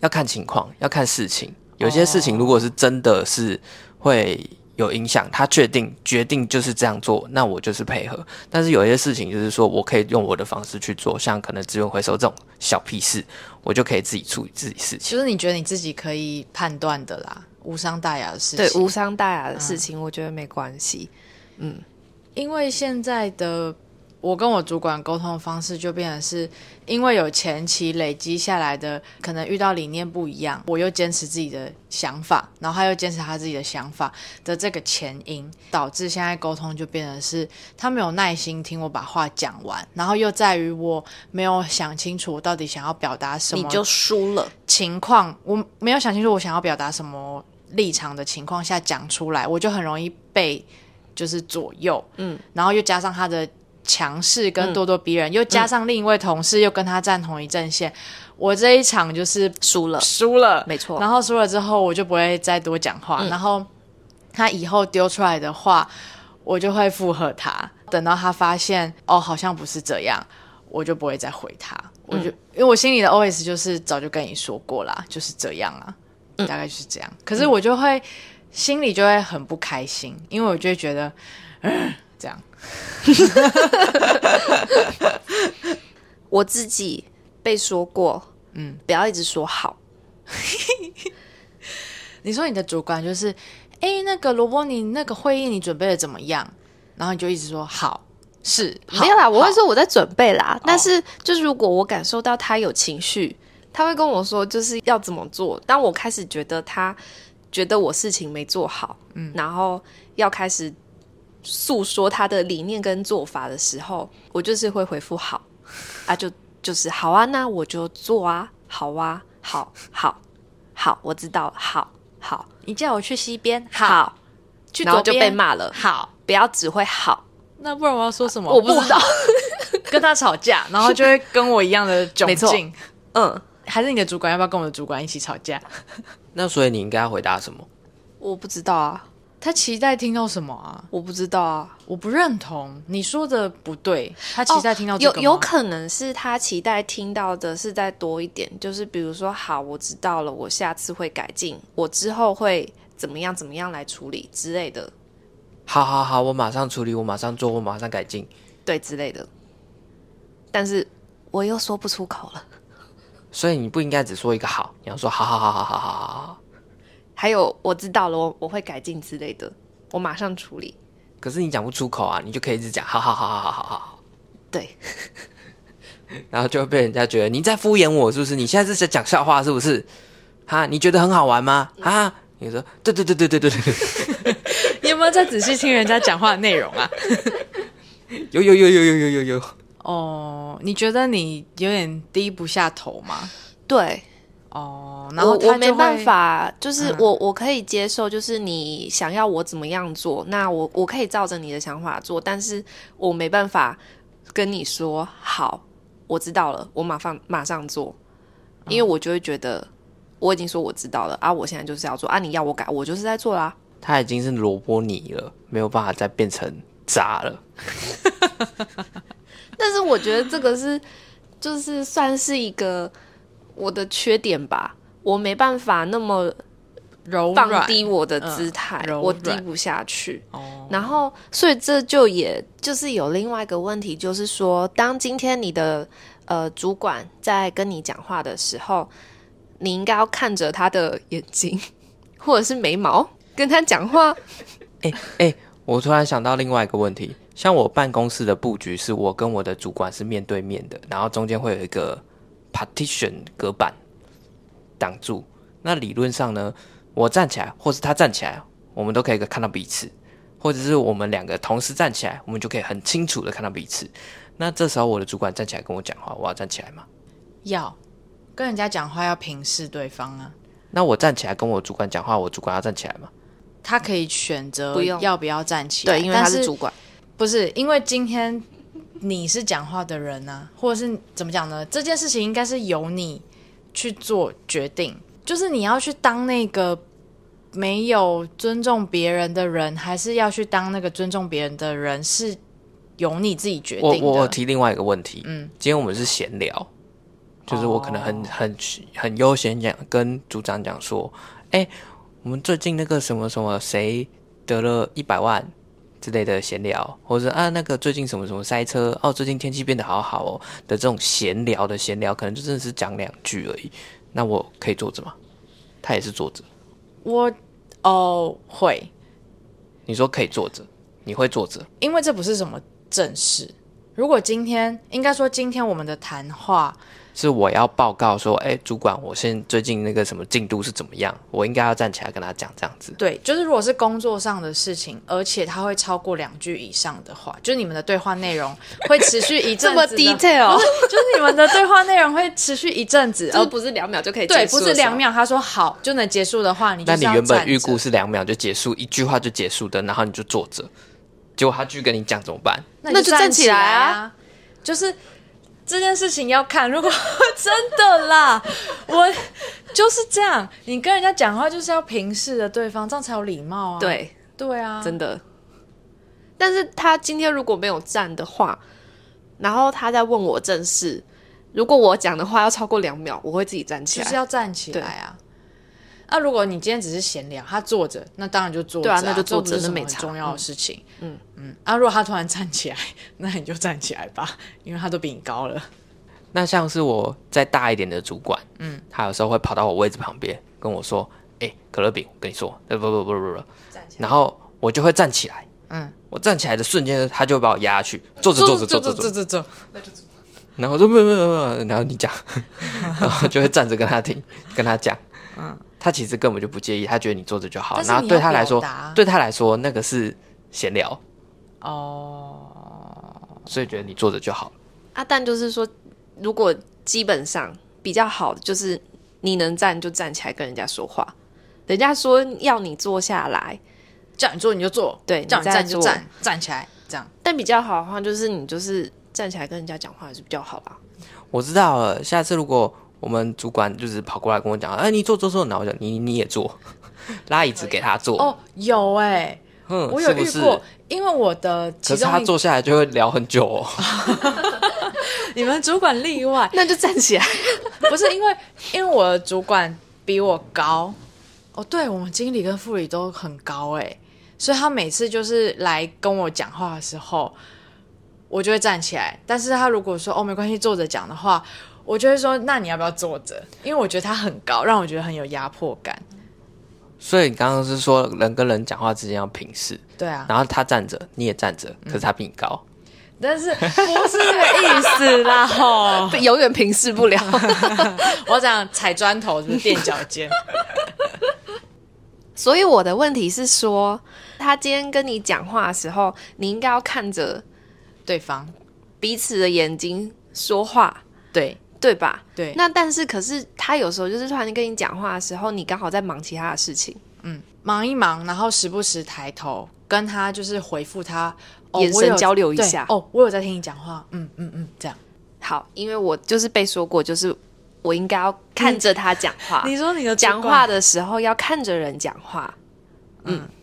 Speaker 1: 要看情况，要看事情。有些事情如果是真的是会有影响，他确定决定就是这样做，那我就是配合。但是有一些事情就是说我可以用我的方式去做，像可能资源回收这种小屁事，我就可以自己处理自己事情。
Speaker 2: 就是你觉得你自己可以判断的啦，无伤大雅的事情。
Speaker 3: 对无伤大雅的事情，我觉得没关系。
Speaker 2: 因为现在的我跟我主管沟通的方式就变成是，因为有前期累积下来的，可能遇到理念不一样，我又坚持自己的想法，然后他又坚持他自己的想法的这个前因，导致现在沟通就变成是他没有耐心听我把话讲完，然后又在于我没有想清楚我到底想要表达什么，
Speaker 3: 你就输了，
Speaker 2: 情况，我没有想清楚我想要表达什么立场的情况下讲出来，我就很容易被就是左右，嗯，然后又加上他的强势
Speaker 3: 嗯
Speaker 2: 跟咄咄逼人，又加上另一位同事又跟他站同一阵线，我这一场就是
Speaker 3: 输了，
Speaker 2: 输了，
Speaker 3: 没错
Speaker 2: 然后输了之后，我就不会再多讲话。
Speaker 3: 嗯
Speaker 2: 然后他以后丢出来的话，我就会附和他。等到他发现哦，好像不是这样，我就不会再回他。我就、
Speaker 3: 嗯
Speaker 2: 因为我心里的 OS 就是早就跟你说过啦，就是这样啊，
Speaker 3: 嗯
Speaker 2: 大概就是这样。可是我就会、心里就会很不开心，因为我就会觉得，嗯、这样
Speaker 3: 我自己被说过，嗯，不要一直说好，
Speaker 2: 你说你的主管就是，哎，那个罗伯，你那个会议你准备的怎么样？然后你就一直说好，是好哦
Speaker 3: 没有啦，我
Speaker 2: 好
Speaker 3: 会说我在准备啦。但是就是如果我感受到他有情绪，他会跟我说就是要怎么做。当我开始觉得他觉得我事情没做好，嗯，然后要开始诉说他的理念跟做法的时候，我就是会回复好啊，就就是好啊，那我就做啊，好啊，好好好，我知道了，好好
Speaker 2: 你叫我去西边，
Speaker 3: 好，
Speaker 2: 去
Speaker 3: 然后
Speaker 2: 左
Speaker 3: 就
Speaker 2: 边
Speaker 3: 被骂了，
Speaker 2: 好，
Speaker 3: 不要只会好，
Speaker 2: 那不然我要说什么？
Speaker 3: 哦我不 知道，
Speaker 2: 跟他吵架，然后就会跟我一样的窘
Speaker 3: 没错
Speaker 2: 境。
Speaker 3: 嗯。
Speaker 2: 还是你的主管要不要跟我的主管一起吵架？
Speaker 1: 那所以你应该要回答什么？
Speaker 3: 我不知道啊，
Speaker 2: 他期待听到什么啊？
Speaker 3: 我不知道啊，
Speaker 2: 我不认同，你说的不对。他期待听到这个
Speaker 3: 哦有
Speaker 2: 吗、
Speaker 3: 有可能是他期待听到的是再多一点，就是比如说，好，我知道了，我下次会改进，我之后会怎么样怎么样来处理之类的，
Speaker 1: 好好好，我马上处理，我马上做，我马上改进。
Speaker 3: 对之类的。但是我又说不出口了。
Speaker 1: 所以你不应该只说一个好，你要说好好好好好好好好好。
Speaker 3: 还有，我知道了，我我会改进之类的，我马上处理。
Speaker 1: 可是你讲不出口啊，你就可以一直讲好好好好好好好好，
Speaker 3: 对，
Speaker 1: 然后就会被人家觉得你在敷衍我，是不是？你现在是在讲笑话，是不是？哈，你觉得很好玩吗？啊，你说对对对对对对对，
Speaker 2: 你有没有在仔细听人家讲话的内容啊？
Speaker 1: 有有有有有有有有。
Speaker 2: 哦，你觉得你有点低不下头吗？
Speaker 3: 对，
Speaker 2: 哦，然
Speaker 3: 我
Speaker 2: 后
Speaker 3: 我
Speaker 2: 他
Speaker 3: 没
Speaker 2: 就会嗯
Speaker 3: 办，法，就是我、我可以接受，就是你想要我怎么样做，那我我可以照着你的想法做，但是我没办法跟你说好，我知道了，我马上马上做，
Speaker 2: 嗯
Speaker 3: 因为我就会觉得我已经说我知道了啊，我现在就是要做啊，你要我改，我就是在做啦。
Speaker 1: 他已经是萝卜泥了，没有办法再变成渣了。
Speaker 3: 但是我觉得这个是就是算是一个我的缺点吧，我没办法那么
Speaker 2: 柔
Speaker 3: 放
Speaker 2: 软
Speaker 3: 低我的姿态，
Speaker 2: 柔
Speaker 3: 我低
Speaker 2: 软
Speaker 3: 不下去。
Speaker 2: 哦，
Speaker 3: 然后，所以这就也就是有另外一个问题，就是说，当今天你的呃主管在跟你讲话的时候，你应该要看着他的眼睛或者是眉毛跟他讲话。
Speaker 1: 我突然想到另外一个问题，像我办公室的布局是我跟我的主管是面对面的，然后中间会有一个 partition 隔板挡住。那理论上呢，我站起来或是他站起来，我们都可以看到彼此，或者是我们两个同时站起来，我们就可以很清楚的看到彼此。那这时候我的主管站起来跟我讲话，我要站起来吗？
Speaker 2: 要跟人家讲话要平视对方啊。
Speaker 1: 那我站起来跟我主管讲话，我主管要站起来吗？
Speaker 2: 他可以选择
Speaker 3: 不用
Speaker 2: 要不要站起来，
Speaker 3: 对，因为
Speaker 2: 但
Speaker 3: 他
Speaker 2: 是
Speaker 3: 是主管，
Speaker 2: 不是因为今天你是讲话的人啊，或者是怎么讲呢？这件事情应该是由你去做决定，就是你要去当那个没有尊重别人的人，还是要去当那个尊重别人的人，是由你自己决定
Speaker 1: 我
Speaker 2: 的。
Speaker 1: 我我提另外一个问题，
Speaker 2: 嗯哦
Speaker 1: 今天我们是闲聊，就是我可能很、很很悠闲讲跟组长讲说，哎、我们最近那个什么什么谁得了一百万之类的闲聊，或者是啊那个最近什么什么塞车哦，最近天气变得好好哦的这种闲聊的闲聊，可能就真的是讲两句而已。那我可以坐着吗？他也是坐着。
Speaker 2: 我哦会，
Speaker 1: 你说可以坐着，你会坐着，
Speaker 2: 因为这不是什么正事。如果今天应该说今天我们的谈话，
Speaker 1: 是我要报告说，哎，主管，我现最近那个什么进度是怎么样？我应该要站起来跟他讲这样子。
Speaker 2: 对，就是如果是工作上的事情，而且它会超过两句以上的话，就是你们的对话内容会持续一阵
Speaker 3: 这么
Speaker 2: 子的
Speaker 3: detail
Speaker 2: 不是 就是你们的对话内容会持续一阵子，
Speaker 3: 这
Speaker 2: 而
Speaker 3: 不是两秒就可以
Speaker 2: 对，
Speaker 3: 结
Speaker 2: 不
Speaker 3: 束的
Speaker 2: 是
Speaker 3: 时候
Speaker 2: 两。秒，他说好就能结束的话，你就
Speaker 1: 那
Speaker 2: 是
Speaker 1: 你
Speaker 2: 要
Speaker 1: 原本
Speaker 2: 站
Speaker 1: 预
Speaker 2: 着
Speaker 1: 估是两秒就结束，一句话就结束的，然后你就坐着，结果他继续跟你讲怎么办？
Speaker 2: 那
Speaker 3: 那
Speaker 2: 就
Speaker 3: 就站
Speaker 2: 起
Speaker 3: 起来啊
Speaker 2: 啊！就是这件事情要看，如果 真的啦，我就是这样。你跟人家讲话就是要平视着对方，这样才有礼貌啊。
Speaker 3: 对，
Speaker 2: 对啊，
Speaker 3: 真的。但是他今天如果没有站的话，然后他在问我正事，如果我讲的话要超过两秒，我会自己站起
Speaker 2: 就
Speaker 3: 来。
Speaker 2: 是要站起来啊。那、如果你今天只是闲聊，他坐着，那当然就坐着、
Speaker 3: 对啊那就坐着
Speaker 2: 这不是
Speaker 3: 那
Speaker 2: 什么
Speaker 3: 没
Speaker 2: 很
Speaker 3: 差
Speaker 2: 重要的事情。嗯嗯，啊，如果他突然站起来， 那你就站起来吧，因为他都比你高了。
Speaker 1: 那像是我再大一点的主管，嗯，他有时候会跑到我位置旁边跟我说：“哎、可乐饼，我跟你说，呃不不不不不。”然后我就会站起来，嗯，我站起来的瞬间，他就会把我压下去，坐着坐着坐着坐
Speaker 2: 坐
Speaker 1: 着，
Speaker 2: 坐坐，
Speaker 1: 然后我说：“不不不不。”然后你 讲，然后就会站着跟他听，跟他讲，嗯，他其实根本就不介意，他觉得你坐着就好
Speaker 2: 但。是
Speaker 1: 然后
Speaker 2: 你
Speaker 1: 对
Speaker 2: 要
Speaker 1: 他来
Speaker 2: 表
Speaker 1: 说
Speaker 2: 达，
Speaker 1: 对他来说那个是闲聊，
Speaker 2: 哦，
Speaker 1: 所以觉得你坐着就好了。
Speaker 3: 阿蛋啊就是说，如果基本上比较好的就是你能站就站起来跟人家说话，人家说要你坐下来，
Speaker 2: 叫你坐你就坐，
Speaker 3: 对
Speaker 2: 叫
Speaker 3: 你
Speaker 2: 你
Speaker 3: 再
Speaker 2: 站就
Speaker 3: 坐
Speaker 2: 站，站起来这样。
Speaker 3: 但比较好的话就是你就是站起来跟人家讲话还是比较好啦。
Speaker 1: 我知道了，下次如果我们主管就是跑过来跟我讲，哎、你坐坐坐，那我就你你也坐， 拉椅子给他坐。
Speaker 2: 哦，有哎、
Speaker 1: 哼
Speaker 2: 我有遇
Speaker 1: 是不
Speaker 2: 过，
Speaker 1: 是
Speaker 2: 因为我的
Speaker 1: 可
Speaker 2: 其
Speaker 1: 是
Speaker 2: 中
Speaker 1: 他
Speaker 2: 一
Speaker 1: 坐下来就会聊很久哦。
Speaker 2: 你们主管例外，
Speaker 3: 那就站起来，
Speaker 2: 不是因为因为我的主管比我高，哦，对我们经理跟副理都很高哎、所以他每次就是来跟我讲话的时候，我就会站起来。但是他如果说哦没关系坐着讲的话，我就会说那你要不要坐着？因为我觉得他很高，让我觉得很有压迫感。
Speaker 1: 所以你刚刚是说人跟人讲话之间要平视，
Speaker 2: 对啊，
Speaker 1: 然后他站着，你也站着，可是他比你高。
Speaker 2: 但是不是这个意思啦 吼？
Speaker 3: 永远平视不了。
Speaker 2: 我讲踩砖头就是垫脚尖，
Speaker 3: 所以我的问题是说，他今天跟你讲话的时候，你应该要看着
Speaker 2: 对方
Speaker 3: 彼此的眼睛说话，
Speaker 2: 对
Speaker 3: 对吧？
Speaker 2: 对
Speaker 3: 那但是可是他有时候就是突然跟你讲话的时候，你刚好在忙其他的事情，
Speaker 2: 忙一忙，然后时不时抬头跟他就是回复他，哦、
Speaker 3: 眼神
Speaker 2: 我有
Speaker 3: 交流一下
Speaker 2: 对哦，我有在听你讲话，嗯嗯嗯，这样。
Speaker 3: 好，因为我就是被说过，就是我应该要看着他讲 话，
Speaker 2: 说你的
Speaker 3: 讲话，的时候要看着人讲话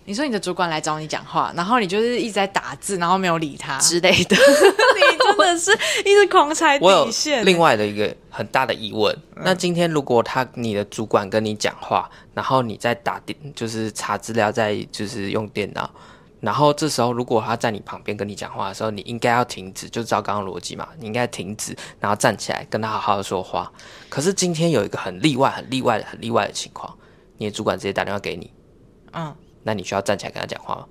Speaker 2: 你说你的主管来找你讲话，然后你就是一直在打字，然后没有理他，
Speaker 3: 之类的。
Speaker 2: 你真的是一直狂踩
Speaker 1: 我有
Speaker 2: 欸
Speaker 1: 另外的一个很大的疑问，那今天如果他你的主管跟你讲话，然后你在打电就是查资料，在就是用电脑，然后这时候如果他在你旁边跟你讲话的时候，你应该要停止，就照刚刚逻辑嘛，你应该停止，然后站起来跟他好好的说话。可是今天有一个很例外、很例外、很例外的情况，你的主管直接打电话给你，
Speaker 2: 嗯，
Speaker 1: 那你需要站起来跟他讲话吗？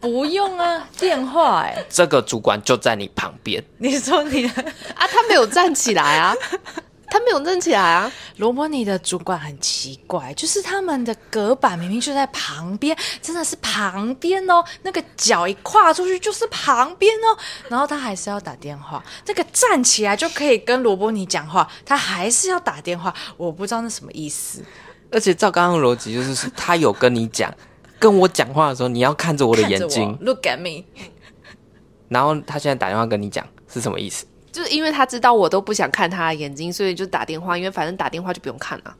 Speaker 2: 不用啊，电话哎、
Speaker 1: 这个主管就在你旁边，
Speaker 2: 你说你的
Speaker 3: 啊，他没有站起来啊， 他没有站起来啊，
Speaker 2: 罗伯尼的主管很奇怪，就是他们的隔板明明就在旁边，真的是旁边哦，那个脚一跨出去就是旁边哦，然后他还是要打电话。那个站起来就可以跟罗伯尼讲话，他还是要打电话，我不知道那什么意思。
Speaker 1: 而且照刚刚的逻辑，就是是他有跟你讲，跟我讲话的时候，你要看着我的
Speaker 2: 看着
Speaker 1: 眼
Speaker 2: 我
Speaker 1: 睛，
Speaker 2: ，Look at me，
Speaker 1: 然后他现在打电话跟你讲是什么意思？
Speaker 3: 就是因为他知道我都不想看他的眼睛，所以就打电话，因为反正打电话就不用看了、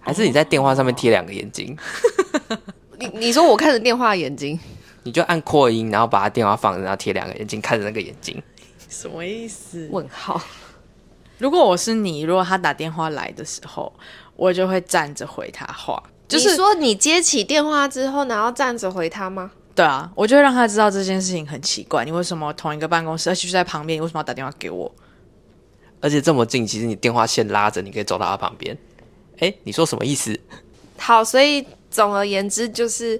Speaker 1: 还是你在电话上面贴两个眼睛，
Speaker 3: 你你说我看着电话的眼睛，你
Speaker 1: 你就按扩音，然后把他电话放着，然后贴两个眼睛看着那个眼睛。
Speaker 2: 什么意思？
Speaker 3: 问号，
Speaker 2: 如果我是你，如果他打电话来的时候，我就会站着回他话。就是
Speaker 3: 你说你接起电话之后，然后站着回他吗？
Speaker 2: 对啊，我就会让他知道这件事情很奇怪，你为什么同一个办公室，而且就在旁边，你为什么要打电话给我？
Speaker 1: 而且这么近，其实你电话线拉着，你可以走到他旁边。哎，你说什么意思？
Speaker 3: 好，所以总而言之，就是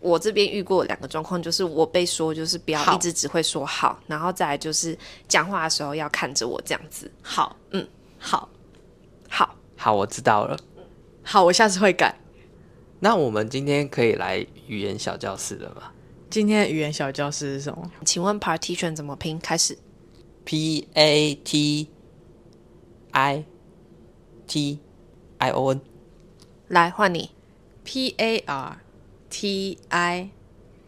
Speaker 3: 我这边遇过两个状况，就是我被说就是不要
Speaker 2: 好
Speaker 3: 一直只会说好，然后再来就是讲话的时候要看着我这样子。
Speaker 2: 好，嗯，好，
Speaker 3: 好，
Speaker 1: 好，我知道了。
Speaker 2: 好，我下次会改。
Speaker 1: 那我们今天可以来语言小教室了吗
Speaker 2: 今天的语言小教室是什么？
Speaker 3: 请问 partition 怎么拼？开始。
Speaker 1: ？P A T I T I O N
Speaker 3: 来换你，
Speaker 2: P A R T I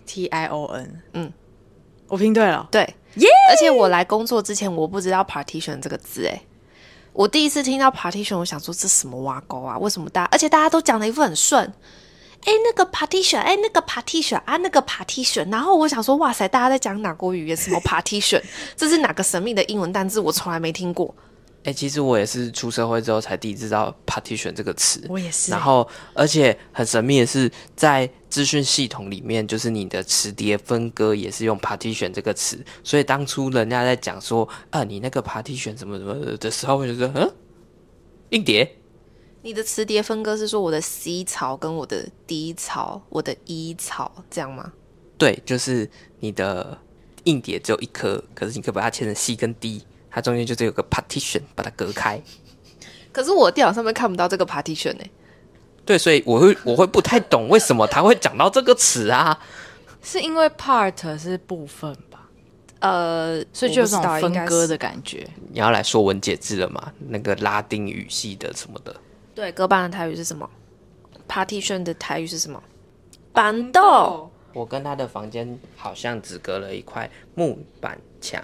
Speaker 2: T I O N，
Speaker 3: 嗯，
Speaker 2: 我拼对了，
Speaker 3: 对而且我来工作之前，我不知道 partition 这个字、哎，我第一次听到 partition，我想说这什么挖沟啊？为什么大家？而且大家都讲的一副很顺，哎、那个 partition，哎、那个 partition 啊，那个 partition。然后我想说，哇塞，大家在讲哪国语言？什么 partition？这 是哪个神秘的英文单字？我从来没听过。
Speaker 1: 哎、其实我也是出社会之后才第一次知道 partition 这个词。
Speaker 2: 我也是
Speaker 1: 然后，而且很神秘的是，在资讯系统里面，就是你的磁碟分割也是用 partition 这个词。所以当初人家在讲说啊，你那个 partition 怎么怎么的时候，我就说嗯，硬碟。
Speaker 3: 你的磁碟分割是说我的 C 槽跟我的 D 槽，我的 E 槽这样吗？
Speaker 1: 对，就是你的硬碟只有一颗，可是你可以把它切成 C 跟 D，它中间就是有个 partition 把它隔开。
Speaker 3: 可是我电脑上面看不到这个 partition 哎、
Speaker 1: 对，所以我会我会不太懂为什么他会讲到这个词啊。
Speaker 2: 是因为 part 是部分吧，
Speaker 3: 呃，
Speaker 2: 所以就有种
Speaker 3: 我不知道应该
Speaker 2: 分割
Speaker 3: 是
Speaker 2: 的感觉。
Speaker 1: 你要来说文解字了嘛？那个拉丁语系的什么的，
Speaker 3: 对，隔板的台语是什么？partition 的台语是什么？板豆。
Speaker 1: 我跟他的房间好像只隔了一块木板墙。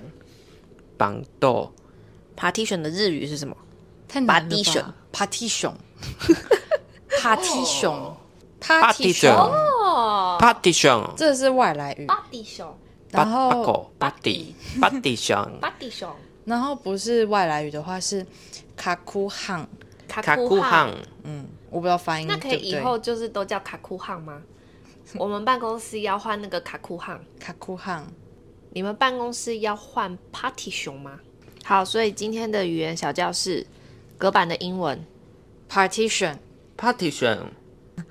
Speaker 1: 绑豆
Speaker 3: partition 的日语是什么？
Speaker 2: 太难了
Speaker 3: Partition
Speaker 2: 吧，partition，partition，
Speaker 1: partition
Speaker 3: 哦
Speaker 1: partition
Speaker 2: 这是外来语。
Speaker 3: ，partition，
Speaker 2: 然后，
Speaker 1: 狗 body partition
Speaker 3: partition，
Speaker 2: 然后不是外来语的话是卡库汉，
Speaker 1: 卡
Speaker 3: 卡嗯
Speaker 1: 库汉。
Speaker 2: 嗯，我不知道发音
Speaker 3: 那可以以
Speaker 2: 对不
Speaker 3: 后
Speaker 2: 对
Speaker 3: 就是都叫卡库汉吗？ 我们办公室要换那个卡库汉，
Speaker 2: 卡库汉。
Speaker 3: 你们办公室要换 partition 吗？好，所以今天的语言小教室，隔板的英文，
Speaker 2: partition
Speaker 1: partition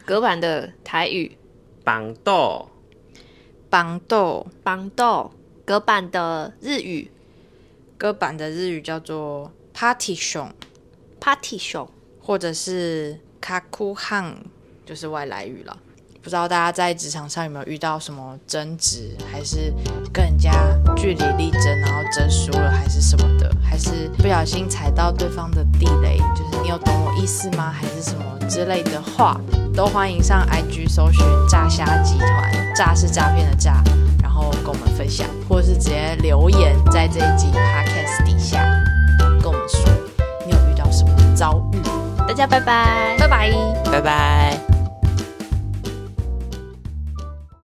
Speaker 3: 隔板的台语，
Speaker 1: 绑豆
Speaker 2: 绑豆
Speaker 3: 板豆，隔板的日语
Speaker 2: 歌版的日语叫做 partition，
Speaker 3: partition。
Speaker 2: 或者是卡库汉，就是外来语了。不知道大家在职场上有没有遇到什么争执，还是跟人家据理力争，然后争输了，还是什么的，还是不小心踩到对方的地雷，就是你有懂我意思吗？还是什么之类的话，都欢迎上 IG 搜寻“诈虾集团”，诈是诈骗的诈，然后跟我们分享，或者是直接留言在这一集 Podcast 底下跟我们说你有遇到什么遭遇。
Speaker 3: 大家拜拜，拜拜。
Speaker 1: 拜拜。